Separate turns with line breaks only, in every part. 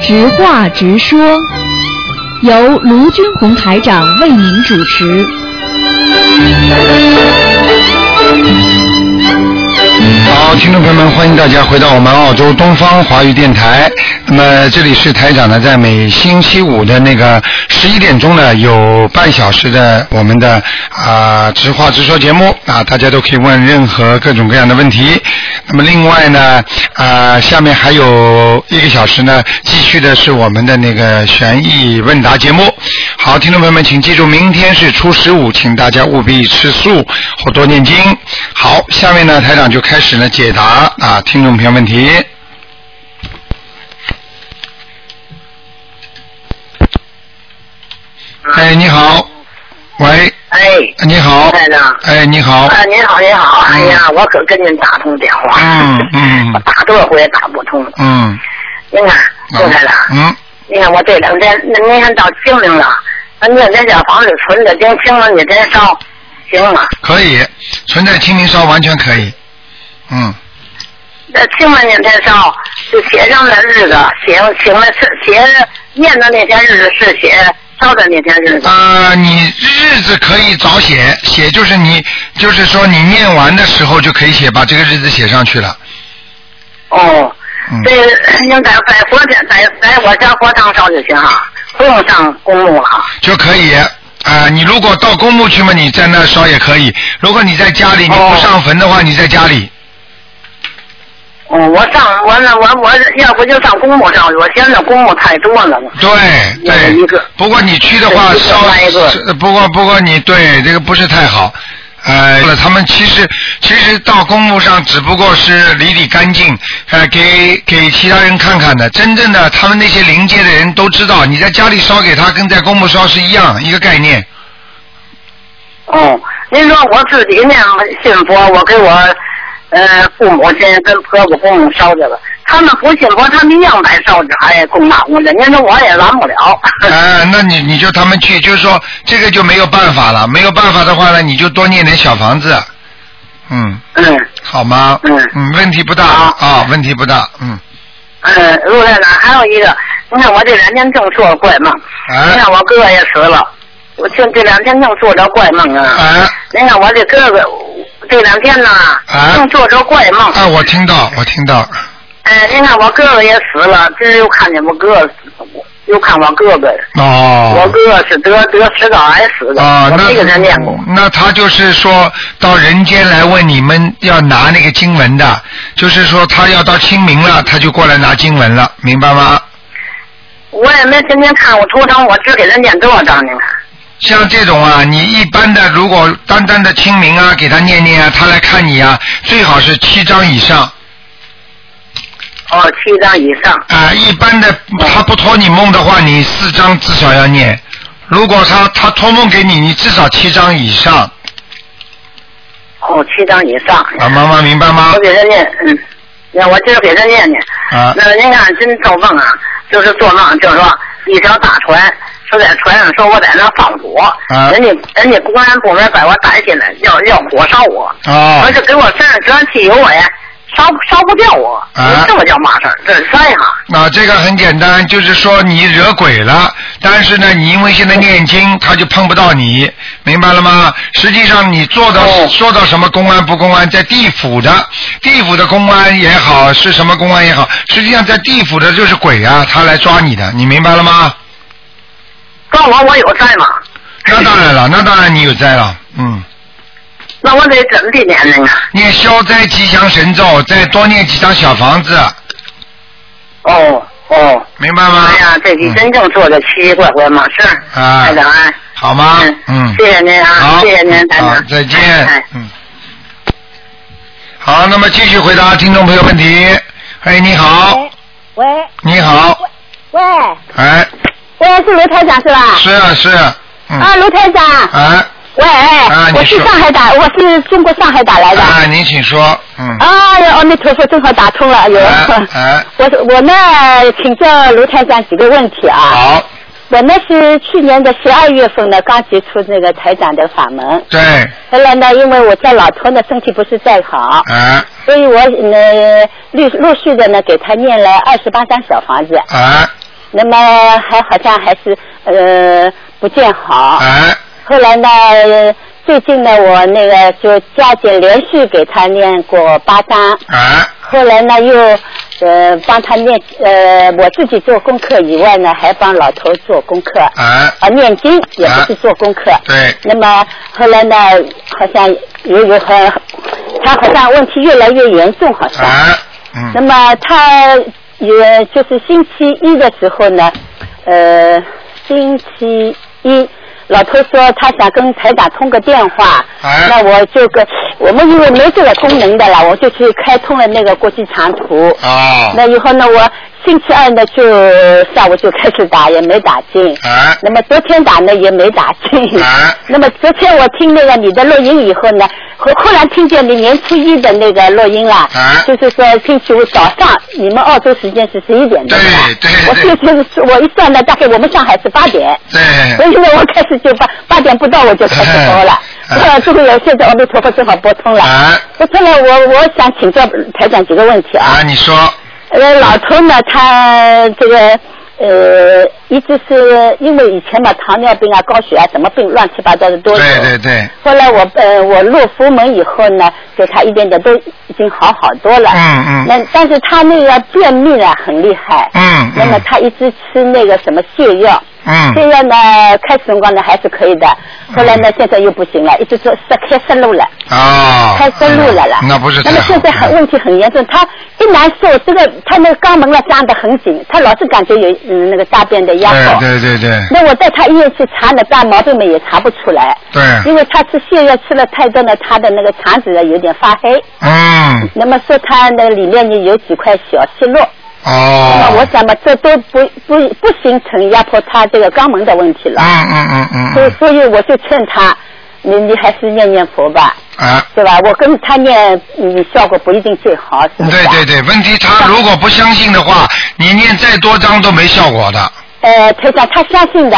直话直说，由卢军红台长为您主持。
好，听众朋友们，欢迎大家回到我们澳洲东方华语电台。那么这里是台长呢，在每星期五的那个十一点钟呢，有半小时的我们的啊、直话直说节目啊，大家都可以问任何各种各样的问题。那么另外呢，啊，下面还有一个小时呢，继续的是我们的那个悬疑问答节目。好，听众朋友们，请记住，明天是初十五，请大家务必吃素或多念经。好，下面呢，台长就开始呢解答啊听众朋友问题。哎，你好，喂，
哎，
你好，
台长。
哎，你好，
啊，您好，您好，哎呀，我可跟您打通电话，
嗯嗯
我打多少回也打不通。
嗯，
您看，
嗯
陆台长，
嗯，
你看我这两天，那您看到精灵了，那念这小房子存着经，清了你再烧，行吗？
可以，存在清明烧完全可以，嗯，
那清了你再烧，就写上的日子，写请了是写念的那天日子是写烧的那天日子。
啊，你日子可以早写，写就是你，就是说你念完的时候就可以写，把这个日子写上去了。
哦，
嗯
这应该在佛前，在在我家佛堂烧就行啊，不用上公墓了啊。
就可以。啊、你如果到公墓去嘛，你在那儿烧也可以。如果你在家里，你不
哦
上坟的话，你在家里。
哦，我上我那我我要不就上公墓上去，我嫌这公墓太多了。
对
有一
对
个。
不过你去的话
有一个
烧
来一个，
是不过不过你对这个不是太好。呃，他们其实其实到公墓上只不过是理理干净，呃，给给其他人看看的。真正的他们那些临界的人都知道，你在家里烧给他跟在公墓烧是一样一个概念。
哦，您说我自己念信佛，我给我呃父母亲跟婆婆公公烧去了，他们不信佛，他们一样白烧哎纸还供大屋去。您说我也拦不了。嗯
哎、那你你就他们去，就是说这个就没有办法了，没有办法的话呢，你就多念点小房子，嗯，
嗯
好吗？
嗯
嗯，问题不大啊
好、
问题不大，嗯，
嗯，陆院长还有一个，你看我这两天正做怪梦，你
哎
看我哥哥也死了，我这这两天正做着怪梦啊。
哎
您看我这哥哥这两天呢
啊，
正做着怪梦。
哎，我听到，我听到，
哎，您看我哥哥也死了，这又看见我哥，又看我哥哥，我
哦，
哥哥是得得食道癌死的，
啊，
我
那
没给他念过。
那他就是说到人间来问你们要拿那个经文的，就是说他要到清明了，他就过来拿经文了，明白吗？
我也没天天看我图腾，我只给他念多少章？您看，
像这种啊，你一般的如果单单的清明啊，给他念念啊，他来看你啊，最好是七张以上
哦，七章以上。
啊、一般的他不托你梦的话，你四张至少要念。如果他他托梦给你，你至少七张以上
哦，七章以上。
啊，妈妈明白吗
我？给他念，嗯，那我今儿给他念念。
啊
那您看，真做梦啊，就是做梦，就是说一条大船，说在船上说我在那儿放火，
啊
人家人家公安部门把我逮起来，要要火烧我，
哦
而，且给我身上浇汽油我呀，烧烧不掉我，
啊
这么叫嘛事儿？这是灾哈。
那这个很简单，就是说你惹鬼了，但是呢，你因为现在念经，他就碰不到你，明白了吗？实际上你做到、
哦
做到什么公安不公安，在地府的地府的公安也好，是什么公安也好，实际上在地府的就是鬼啊，他来抓你的，你明白了吗？
告我我有灾吗？
那当然了，那当然你有灾了，嗯。
那我得怎么地念呢？
念消灾吉祥神咒，再多念几张小房子，
哦哦，
明白吗？
哎呀，这是真正做的奇奇怪怪嘛事儿。
嗯啊
台长哎。
好吗？嗯。
谢谢您啊，
好，嗯
谢谢您，台
好
长，
再
哎
见。嗯。好，那么继续回答听众朋友问题。哎，你好，
喂
你好，
喂
哎，
喂，是卢台长是吧？
是啊是啊，嗯，
啊，卢台长，
哎，
喂，
啊你
我是
说
上海打，我是中国上海打来的。
啊，您请说，嗯，
啊，阿弥陀佛，正好打通了，哎呦
哎哎，
我我呢，请教卢台长几个问题啊。
好，
我呢是去年的十二月份呢，刚接触那个台长的法门。
对，
后来呢，因为我家老头呢身体不是太好，
哎
所呃以我呢陆陆续的呢给他念了二十八张小房子。
哎，
那么还好像还是呃不见好。
哎，
后来呢，最近呢，我那个就加紧连续给他念过八章，
哎，
后来呢又呃帮他念呃我自己做功课以外呢，还帮老头做功课啊、
哎，
念经也不是做功课。
对，
那么后来呢，好像有有很，他好像问题越来越严重，好像。
哎，
那
嗯，
么他也就是星期一的时候呢，呃，星期一。老头说他想跟台长通个电话，
哎
那我就跟我们因为没这个功能的了，我就去开通了那个国际长途。
哦，
那以后呢，我星期二呢就下午就开始打，也没打进。
哎，
那么昨天打呢也没打进。
哎，
那么昨天我听那个你的录音以后呢，忽忽然听见你年初一的那个录音啦，
啊
就是说星期五早上你们澳洲时间是十一点钟吧
对对
我
对
这就是我一算呢，大概我们上海是八点，所
对，
以说我开始就八八点不到我就开始播了，
哎
这个现在阿弥陀佛正好拨通了。
哎，
拨通了，我我想请教台长几个问题
啊，你说，
呃，老头呢，他这个呃，一直是因为以前嘛，糖尿病啊、高血压、什么病乱七八糟的都有。
对对对，
后来我呃，我入佛门以后呢，给他一点点都已经好好多了。
嗯嗯
那但是他那个便秘呢很厉害。
嗯
那么
嗯
他一直吃那个什么泻药，泻
嗯，
药呢开始辰光呢还是可以的，后来呢现在又不行了，一直说塞开塞路了。
哦，
开生路来了。
嗯那不嗯是
那么
太好
现在很问题很严重，他一难受，这个他那个肛门呢扎得很紧，他老是感觉有嗯那个大便的压迫。
对对对对
那我带他医院去查呢，大毛病嘛也查不出来，
对，
因为他吃泻药吃了太多呢，他的那个肠子呢有点发黑。
嗯，
那么说他那里面呢有几块小息肉，那么我
哦，
想嘛，这都不不不形成压迫他这个肛门的问题了。
嗯嗯嗯嗯
所以
嗯，
所以我就劝他，你你还是念念佛吧。
啊。
对吧？我跟他念，嗯，效果不一定最好，是不是、
对
啊？
对对，问题他如果不相信的话，你念再多章都没效果的。
呃，台长他相信的。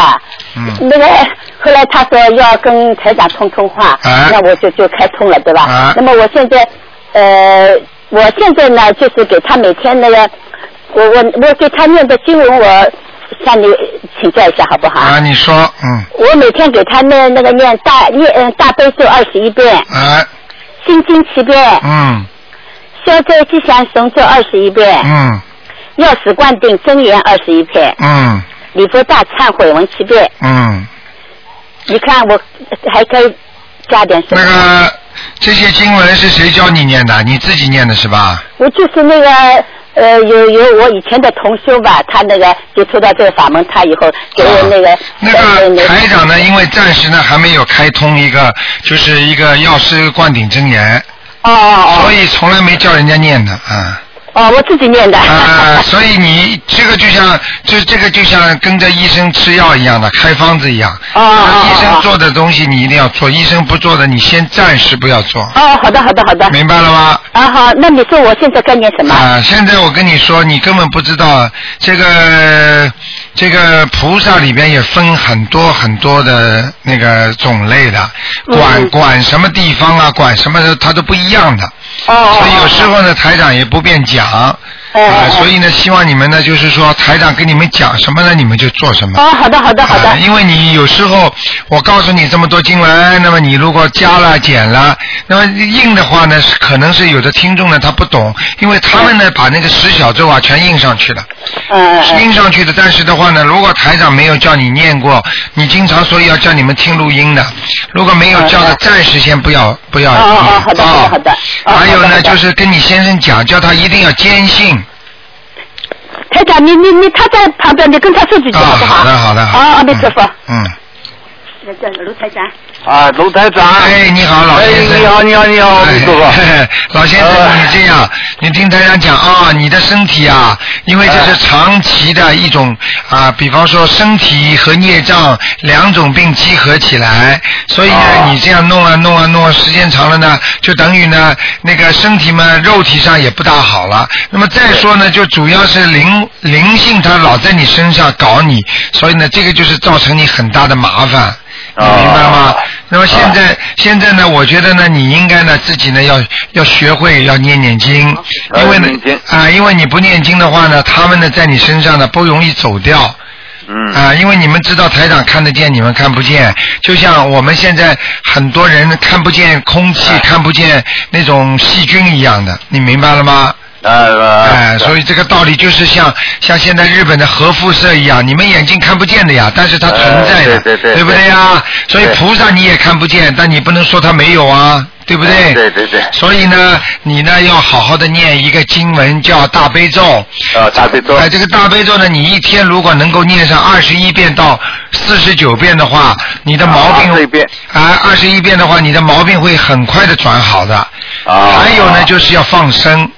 嗯。
那个后来他说要跟台长通通话，
哎
那我就就开通了，对吧？
哎
那么我现在，呃，我现在呢，就是给他每天那个，我我我给他念的经文，我向你请教一下好不好？
啊，你说，嗯，
我每天给他念那个念大念嗯大悲咒二十一遍，
啊，
心经七遍，
嗯
消灾吉祥神咒二十一遍。
嗯
药师灌顶真言二十一篇，
嗯
礼佛大忏悔文七遍。
嗯，
你看我呃还可以加点什么？
那个这些经文是谁教你念的？你自己念的是吧？
我就是那个呃，有有我以前的同修吧，他那个接触到这个法门，他以后给我那个、
啊那个
呃那
台长呢？因为暂时呢还没有开通一个，就是一个药师灌顶真言，
哦
所
哦
以从来没叫人家念的 啊。
哦哦，我自己念的。
啊，所以你这个就像，这这个就像跟着医生吃药一样的，开方子一样。啊
哦哦哦
医生
哦
做的东西你一定要做，医生不做的你先暂时不要做，
哦，好的好的好的。
明白了吗？
啊好，那你说我现在该念什么？
啊，现在我跟你说，你根本不知道这个这个菩萨里边也分很多很多的那个种类的，管、
嗯
管什么地方啊，管什么的，它都不一样的。
哦哦
所以有
哦
时候呢，台长也不便讲。啊、
哎哎哎
所以呢，希望你们呢，就是说台长跟你们讲什么呢，你们就做什么。
哦，好的好的好的
啊，因为你有时候我告诉你这么多经文，哎那么你如果加了减了，那么印的话呢，是可能是有的听众呢他不懂，因为他们呢把那个十小咒啊全印上去了，
嗯嗯
印上去的。但是的话呢，如果台长没有叫你念过，你经常所以要叫你们听录音的，如果没有叫的
嗯，
暂时先不要不要
哦哦哦
念
好的
啊
好的好的哦
还有
好的
呢，
好的
就是跟你先生讲，叫他一定要坚信。
台长你你你他在旁边，你跟他说几句
啊，
好不
好的好的。
好的。啊，阿弥陀佛。
嗯。嗯
那个卢台长。
啊，卢台长。
哎，你好，老
哎
先生。
你好，你好，你好，卢
哎
师傅。
老先生，
呃
你这样，你听台长讲啊、你的身体啊，因为这
呃
是长期的一种啊，比方说身体和孽障两种病集合起来，所以呢，
哦
你这样弄啊弄啊弄啊，时间长了呢，就等于呢那个身体嘛，肉体上也不大好了。那么再说呢，就主要是灵灵性它老在你身上搞你，所以呢，这个就是造成你很大的麻烦，你
哦
明白吗？那么现
啊
在、现在呢，我觉得呢，你应该呢自己呢要要学会要念念经，因为呢
念经
啊、因为你不念经的话呢，他们呢在你身上呢不容易走掉。
嗯
啊，因为你们知道台长看得见，你们看不见。就像我们现在很多人看不见空气，
哎
看不见那种细菌一样的，你明白了吗？
啊
哎，所以这个道理就是像像现在日本的核辐射一样，你们眼睛看不见的呀，但是它存在的，
哎对对对
不对呀？所以
对
菩萨你也看不见，但你不能说他没有啊，对不对？
哎对对对
所以呢，你呢要好好的念一个经文叫大悲咒。
啊，大悲咒，
哎，这个大悲咒呢，你一天如果能够念上二十一遍到四十九遍的话，你的毛病
啊21遍
啊，二十一遍的话，你的毛病会很快的转好的。
啊
还有呢，就是要放生。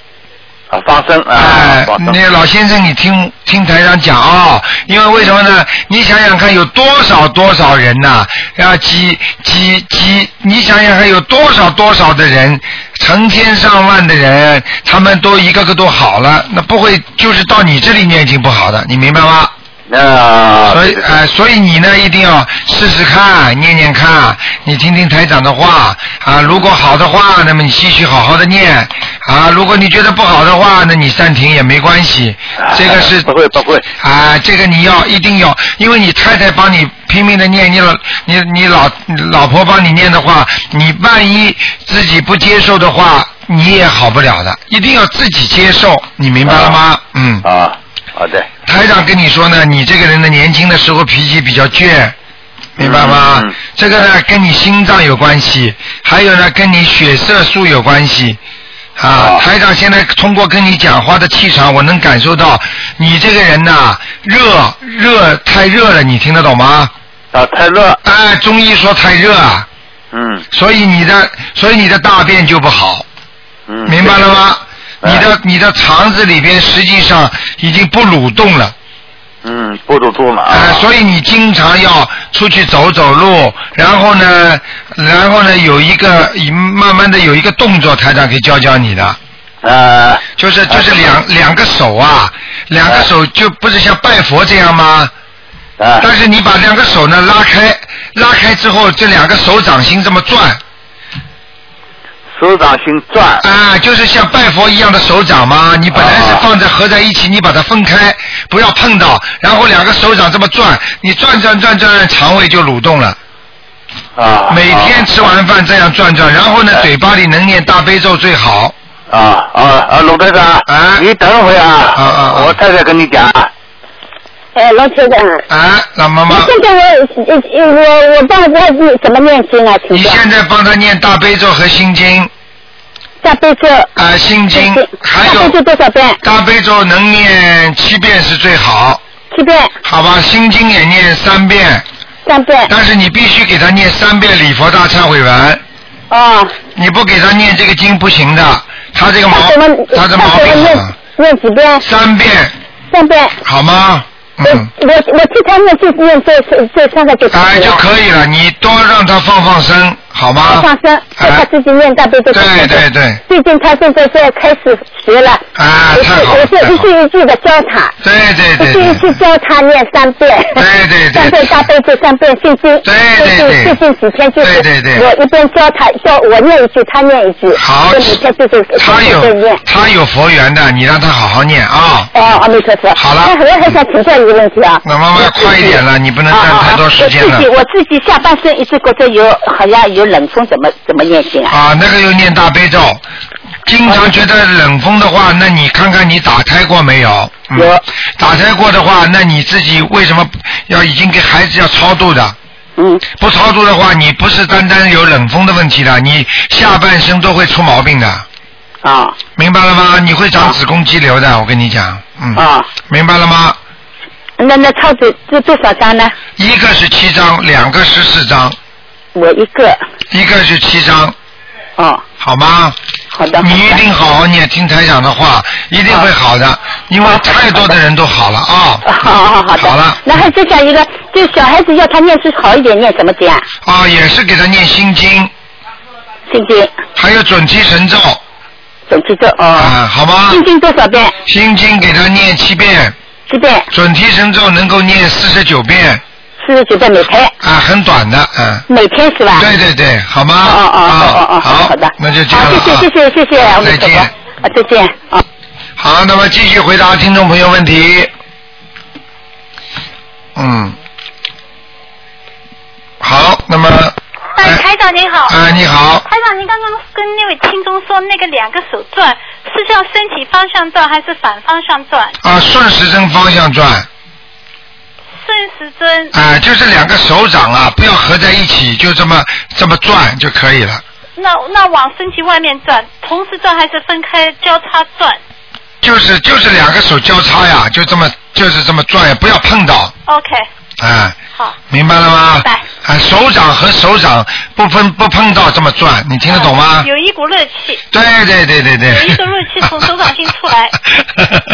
啊放生啊
哎，
放生
那老先生，你听听台长讲啊、因为为什么呢？你想想看，有多少多少人呐、啊，几几几，你想想看，有多少多少的人，成千上万的人，他们都一个个都好了，那不会就是到你这里念经不好的，你明白吗？
那
所以
啊对对
哎、所以你呢一定要试试看，念念看，你听听台长的话啊。如果好的话，那么你继续好好的念啊。如果你觉得不好的话，那你暂停也没关系。这个是
啊不会不会
啊，这个你要一定要，因为你太太帮你拼命的念，你老你你老你老婆帮你念的话，你万一自己不接受的话，你也好不了的。一定要自己接受，你明白了吗？
啊
嗯。
啊，好的，
台长跟你说呢，你这个人呢，年轻的时候脾气比较倔，明白吗？
嗯嗯
这个呢跟你心脏有关系，还有呢跟你血色素有关系。啊，
啊
台长现在通过跟你讲话的气场，我能感受到你这个人呐、热热太热了，你听得懂吗？
啊太热，
哎，中医说太热啊，
嗯
所以你的所以你的大便就不好，
嗯，
明白了吗？
哎
你的你的肠子里边实际上已经不蠕动了。
嗯，不堵住了
啊、
啊，
所以你经常要出去走走路，然后呢，然后呢，有一个慢慢的有一个动作，台长可以教教你的，
呃
就是就是
啊
两两个手啊，两个手就不是像拜佛这样吗？
啊
但是你把两个手呢拉开，拉开之后，这两个手掌心这么转，
手掌心转
啊，就是像拜佛一样的手掌嘛，你本来是放在合在一起，你把它分开，不要碰到，然后两个手掌这么转，你转转转转，肠胃就蠕动了。
啊，
每天吃完饭这样转转，然后呢，
哎
嘴巴里能念大悲咒最好。
啊啊啊，龙队长
啊，
你等一会啊，
啊啊啊
我太太跟你讲啊，
哎，罗先生，
啊，老妈
那
妈，
现在我呃呃我我帮他念怎么念经啊？请
你
教。
现在帮他念大悲咒和心经
大悲咒，
啊，心经还
大悲咒
有
多少遍？
大悲咒能念七遍是最好，
七遍、
好吧？心经也念三遍，
三遍。
但是你必须给他念三遍礼佛大忏悔文，
哦，
你不给他念这个经不行的，他这个毛
那怎么
他这毛
那
病
怎么
啊
念，念几遍？
三遍
三遍。
好吗？
我
嗯。
我我替他念这念这这三个就可
哎，
以
就
了。
可以了。你多让他放放生，好吗？
他放生，
哎
他自己念大悲咒。
对对对，
最近他现在在开始学了，
啊，
我
太
是
好了，
我
太
是
好
一
了
句一句的教他，
对对
一
对
句一句
对，
教他念三遍，
对对对
三遍大悲咒，三遍心经，
对对对
最近最近几天就是
对对对
我一边教他教我念一句，他念一句，
好
就每天就是
他
就是
有
念。
他有佛缘的，你让他好好念啊。
哦，阿弥陀佛。
好了
那我还想请教一个问题啊。
那妈妈
我自己
快一点了你不能占太多时间了
啊啊啊我自己我自己下半身一直觉得有好像有冷风，怎么怎么念经啊？
啊，那个又念大悲咒，经常觉得冷风的话，那你看看你打胎过没有？嗯
有。
打胎过的话，那你自己为什么要已经给孩子要超度的？
嗯，
不超度的话，你不是单单有冷风的问题的，你下半身都会出毛病的，
啊
明白了吗？你会长子宫肌瘤的，我跟你讲，嗯，
啊，
明白了吗？
那那抄子这多少张呢？
一个是七张，两个十四张，
我一个。
一个是七张，
哦，
好吗？
好的。
你一
好的
定好好念，听台长的话，一定会好的，因为太多的人都好了啊。
好哦好好的，
好了
然后再讲一个，这小孩子要他念书好一点，念什么经啊？
啊，也是给他念心经，
心经、
还有准提神咒
总提咒哦。
啊，好吗？
心经多少遍？
心经给他念七遍，
七遍、
准提神咒能够念四十九遍，
四十九遍每天，
啊，很短的，嗯。
每天是吧？
啊
对对对，好吗？
哦哦哦哦
啊
哦，
好，
好的，
那就这样
好
了啊。
谢谢谢谢谢谢，我
再
们主播，
见。
啊，再见啊。
好，那么继续回答听众朋友问题。嗯，好，那么，
哎，
哎
台长您好。
哎，你好，
台长，您刚刚跟那位听众说，那个两个手转是向身体方向转还是反方向转？
啊，顺时针方向转，
顺时针。
啊，就是两个手掌啊，不要合在一起，就这么这么转就可以了。
那那往身体外面转，同时转还是分开交叉转？
就是就是两个手交叉呀，就这么就是这么转呀，不要碰到，
OK，
啊，
好，
明白了吗？
明白
啊，手掌和手掌不碰不碰到这么转，你听得懂吗？
哎有一股热气，
对对对对对。
有一个锐气从手掌心出来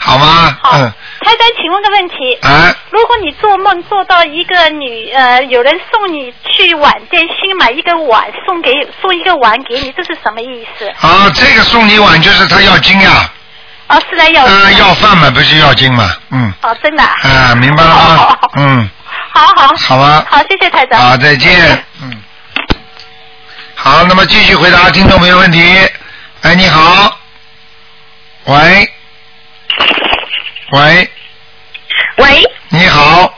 好吗？
好。
嗯。
台长，请问个问题。
啊，
如果你做梦做到一个女呃，有人送你去碗店新买一个碗，送给送一个碗给你，这是什么意思？
啊，这个送你碗就是他要金呀，
啊，是来要钱
呃，要饭嘛，不是要金嘛，嗯，
哦，真的啊。
啊，明白了
好
吗
好好？
嗯，
好好
好啊吧，
好，谢谢台长。
好，再见，嗯，好，那么继续回答听众朋友问题。哎，你好，喂，喂，
喂，
你好，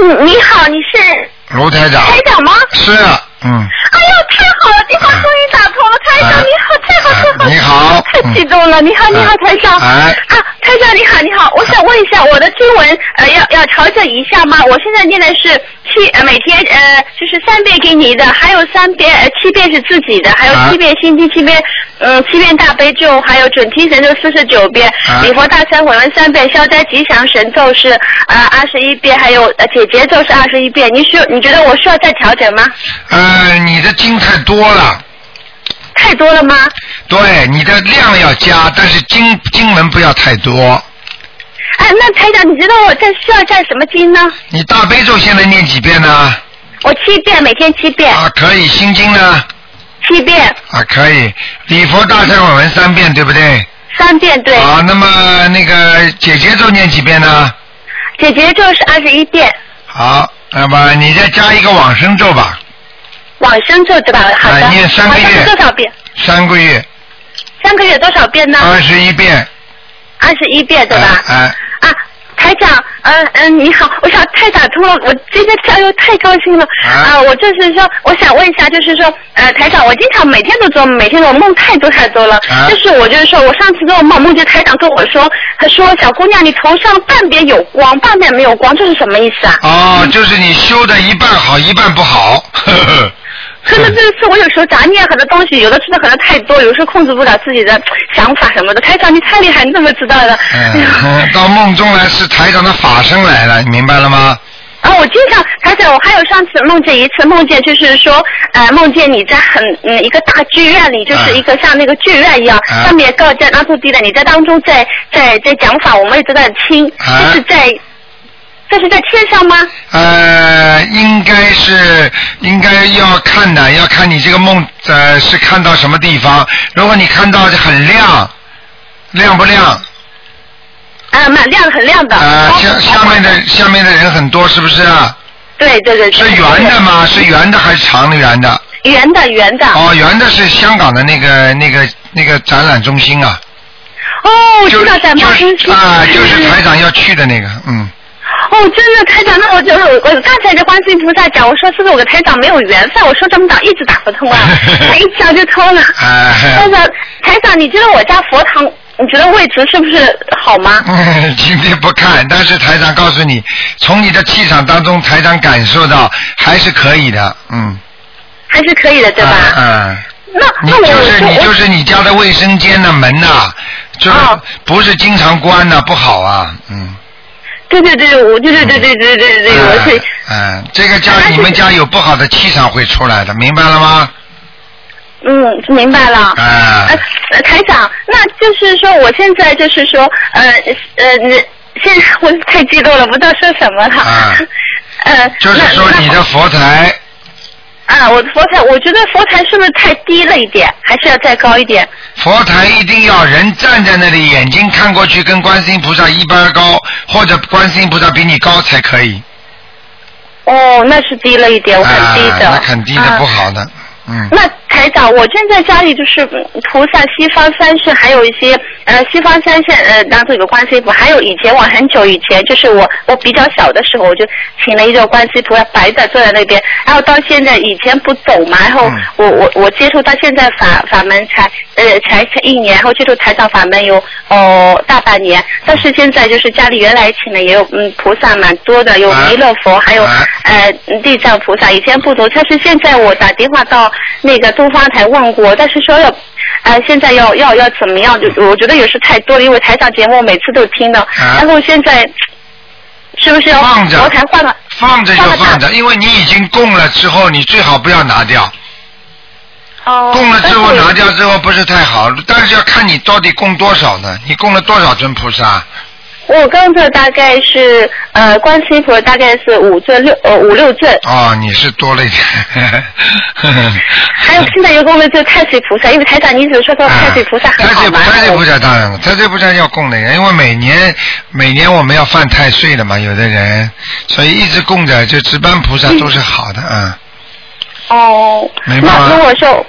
你你好，你是
卢台长，
哎
台长吗？
是，嗯，
哎呦，太好了，电话终于打通了，台
啊
长你好，太好太好，
啊你好
太激动了，你好你好，
啊
台长。
哎
啊，台长你好你好，我想问一下，我的经文呃要要调整一下吗？我现在念的是七呃每天呃就是三遍给你的，还有三遍呃七遍是自己的，还
啊
有七遍心经，七遍嗯七遍大悲咒，还有准提神咒四十九遍
啊，
礼佛大忏悔文三遍，消灾吉祥神咒是呃二十一遍，还有呃解结咒是二十一遍。你需你觉得我需要再调整吗？
呃，你的金太多了。
太多了吗？
对，你的量要加，但是经经文不要太多。
哎，那台长，你知道我这需要占什么经呢？
你大悲咒现在念几遍呢？
我七遍，每天七遍，
啊，可以。心经呢？
七遍，
啊，可以。礼佛大忏悔文三遍，对不对？
三遍对。
啊，那么那个姐姐咒念几遍呢？
解决咒是二十一遍，
好，那么你再加一个往生咒吧，
往生咒对吧？好的。
啊念三个月
往生咒多少遍？
三个月
三个月多少遍呢？
二十一遍，
二十一遍对吧？
哎哎
啊，台长，嗯嗯，你好，我想太打通了，我今天哎呦太高兴了
啊
我就是说，我想问一下，就是说，呃，台长，我经常每天都做梦，每天我梦太多太多了。
啊
就是我就是说我上次做梦，梦见台长跟我说，他说小姑娘，你头上半边有光，半边没有光，这是什么意思啊？
哦，就是你修的一半好，一半不好。 呵呵
可是这次我有时候杂念很多东西，有的吃的可能太多，有时候控制不了自己的想法什么的。台长，你太厉害，你怎么知道的？哎呀
嗯，到梦中来是台长的法身来了，你明白了吗？
啊，我经常，而且我还有上次梦见一次，梦见就是说，呃，梦见你在很嗯一个大剧院里，就是一
嗯
个像那个剧院一样，
啊
上面告在拉住地的，你在当中在在在讲法，我们一直在听，
啊
就是在，这是在天上吗？
呃，应该是应该要看的，要看你这个梦呃是看到什么地方。如果你看到很亮，亮不亮？
啊，蛮亮的，很亮的。
呃，
哦
下下面的下面的人很多，是不是啊？
对对对。
是圆的啊吗？是圆的还是长的圆的？
对？圆的圆的。
哦，圆的是香港的那个那个那个展览中心啊，
哦，我
就
知道咱们
就是啊、就是台长要去的那个，嗯。，
嗯哦，真的台长，那我就我我刚才跟观世音菩萨讲，我说是不是我跟台长没有缘分？我说这么打一直打不通啊 他一讲就通了。
哎
台长，台长，你觉得我家佛堂，你觉得位置是不是好吗？
嗯， 今天不看，但是台长告诉你，从你的气场当中，台长感受到还是可以的，嗯，
还是可以的，对吧？
嗯，
那
嗯你
那我
就是
我
你就是你家的卫生间的门呐、就是
哦
不是经常关呐、不好啊，嗯，
对对对，我对对对对对对对，我
嗯
是。
嗯，这个家
但是
你们家有不好的气场会出来的，明白了吗？
嗯，明白了。
啊
呃，呃台长，那就是说，我现在就是说，呃呃，你现在 我太激动了，不知道说什么了。
啊
呃，
就是
那
说
那
你的佛台
啊，我的佛台，我觉得佛台是不是太低了一点，还是要再高一点？
佛台一定要人站在那里，眼睛看过去跟观世音菩萨一般高，或者观世音菩萨比你高才可以。
哦，那是低了一点，我很低的。
啊，那肯定的
啊
不好的，嗯。
那台长，我正在家里就是嗯菩萨、西方三世，还有一些呃西方三世呃当这个观世音菩萨，还有以前我很久以前，就是我我比较小的时候，我就请了一个观世音菩萨白的坐在那边，然后到现在以前不懂嘛，然后
嗯
我我我接触到现在法法门才呃才才一年，然后接触台长法门有哦、大半年，但是现在就是家里原来请的也有嗯菩萨蛮多的，有
啊
弥勒佛，还有
啊
呃地藏菩萨，以前不懂，但是现在我打电话到那个东方台问过，但是说要，呃现在要要要怎么样，就我觉得也是太多了，因为台上节目每次都听到，然后现在是不是要
放着
佛台换了？
放着就
放
放
着
着，因为你已经供了之后，你最好不要拿掉。
哦，
供了之后
但是我
拿掉之后不是太好，但是要看你到底供多少呢？你供了多少尊菩萨？
我刚才大概是呃，观世音菩萨大概是五尊六呃五六尊，
哦，你是多了一点。
还 有现在又供了这太岁菩萨，因为台长你一直说说啊太岁菩萨很好嘛，
啊太岁太岁
然后
菩萨当然了，太岁菩萨要供的人，因为每年每年我们要犯太岁的嘛，有的人，所以一直供着，就值班菩萨都是好的啊、
哦，
明白吗
那如果说，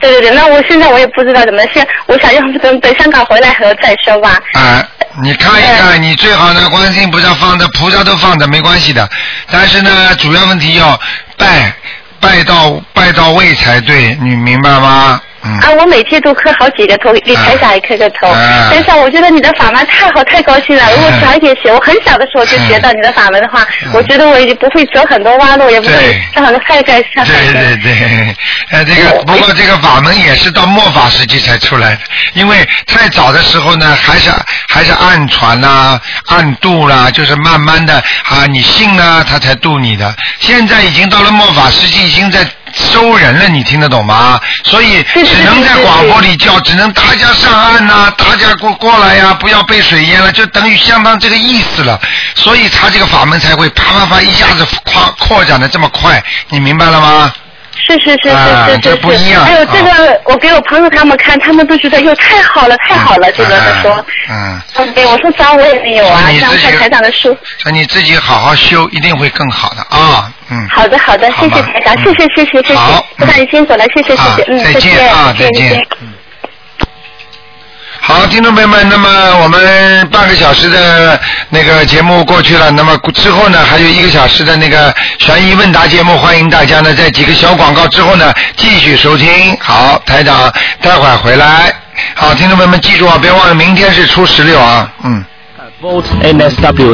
对对对，那我现在我也不知道怎么现，我想要不等等香港回来后再说吧。
啊。你看一看，你最好呢，观世音菩萨放着，菩萨都放着，没关系的。但是呢，主要问题要拜，拜到拜到位才对，你明白吗？嗯。
啊，我每天都磕好几个头，给台长也磕个头。
啊
台长，我觉得你的法门太好，太高兴了。如果早一点学，我很小的时候就学到你的法门的话，
嗯
我觉得我已经不会走很多弯路，也不
对
会上很多太感上
对对对，呃，这个不过这个法门也是到末法时期才出来的，因为太早的时候呢，还是还是暗传啦、暗度啦、就是慢慢的啊，你信啦，他才度你的。现在已经到了末法时期，已经在收人了，你听得懂吗？所以
对对对
只能在广播里叫，只能大家上岸呐、大家过过来呀、不要被水淹了，就等于相当这个意思了。所以他这个法门才会啪啪啪一下子扩扩展的这么快，你明白了吗？
是是是是
啊
是
这不
是
一
是，
样
还有这
啊
个，我给我朋友他们看，他们都觉得哟太好了，太好了，这个他说，
嗯，
嗯，对，我说早我也没有啊
所以，你
让
自己
看台长的书。
所以你自己好好修，一定会更好的啊。嗯，
好的，好的，
好
谢
吧
谢台长，
嗯
谢谢，谢谢，谢谢
好，
台长你辛苦了，谢谢，谢
啊
谢，嗯，
再见啊，再见。嗯好，听众朋友们，那么我们半个小时的那个节目过去了，那么之后呢，还有一个小时的那个悬疑问答节目，欢迎大家呢在几个小广告之后呢继续收听。好，台长待会儿回来。好，听众朋友们记住啊，别忘了明天是初十六啊，嗯。
Vote NSW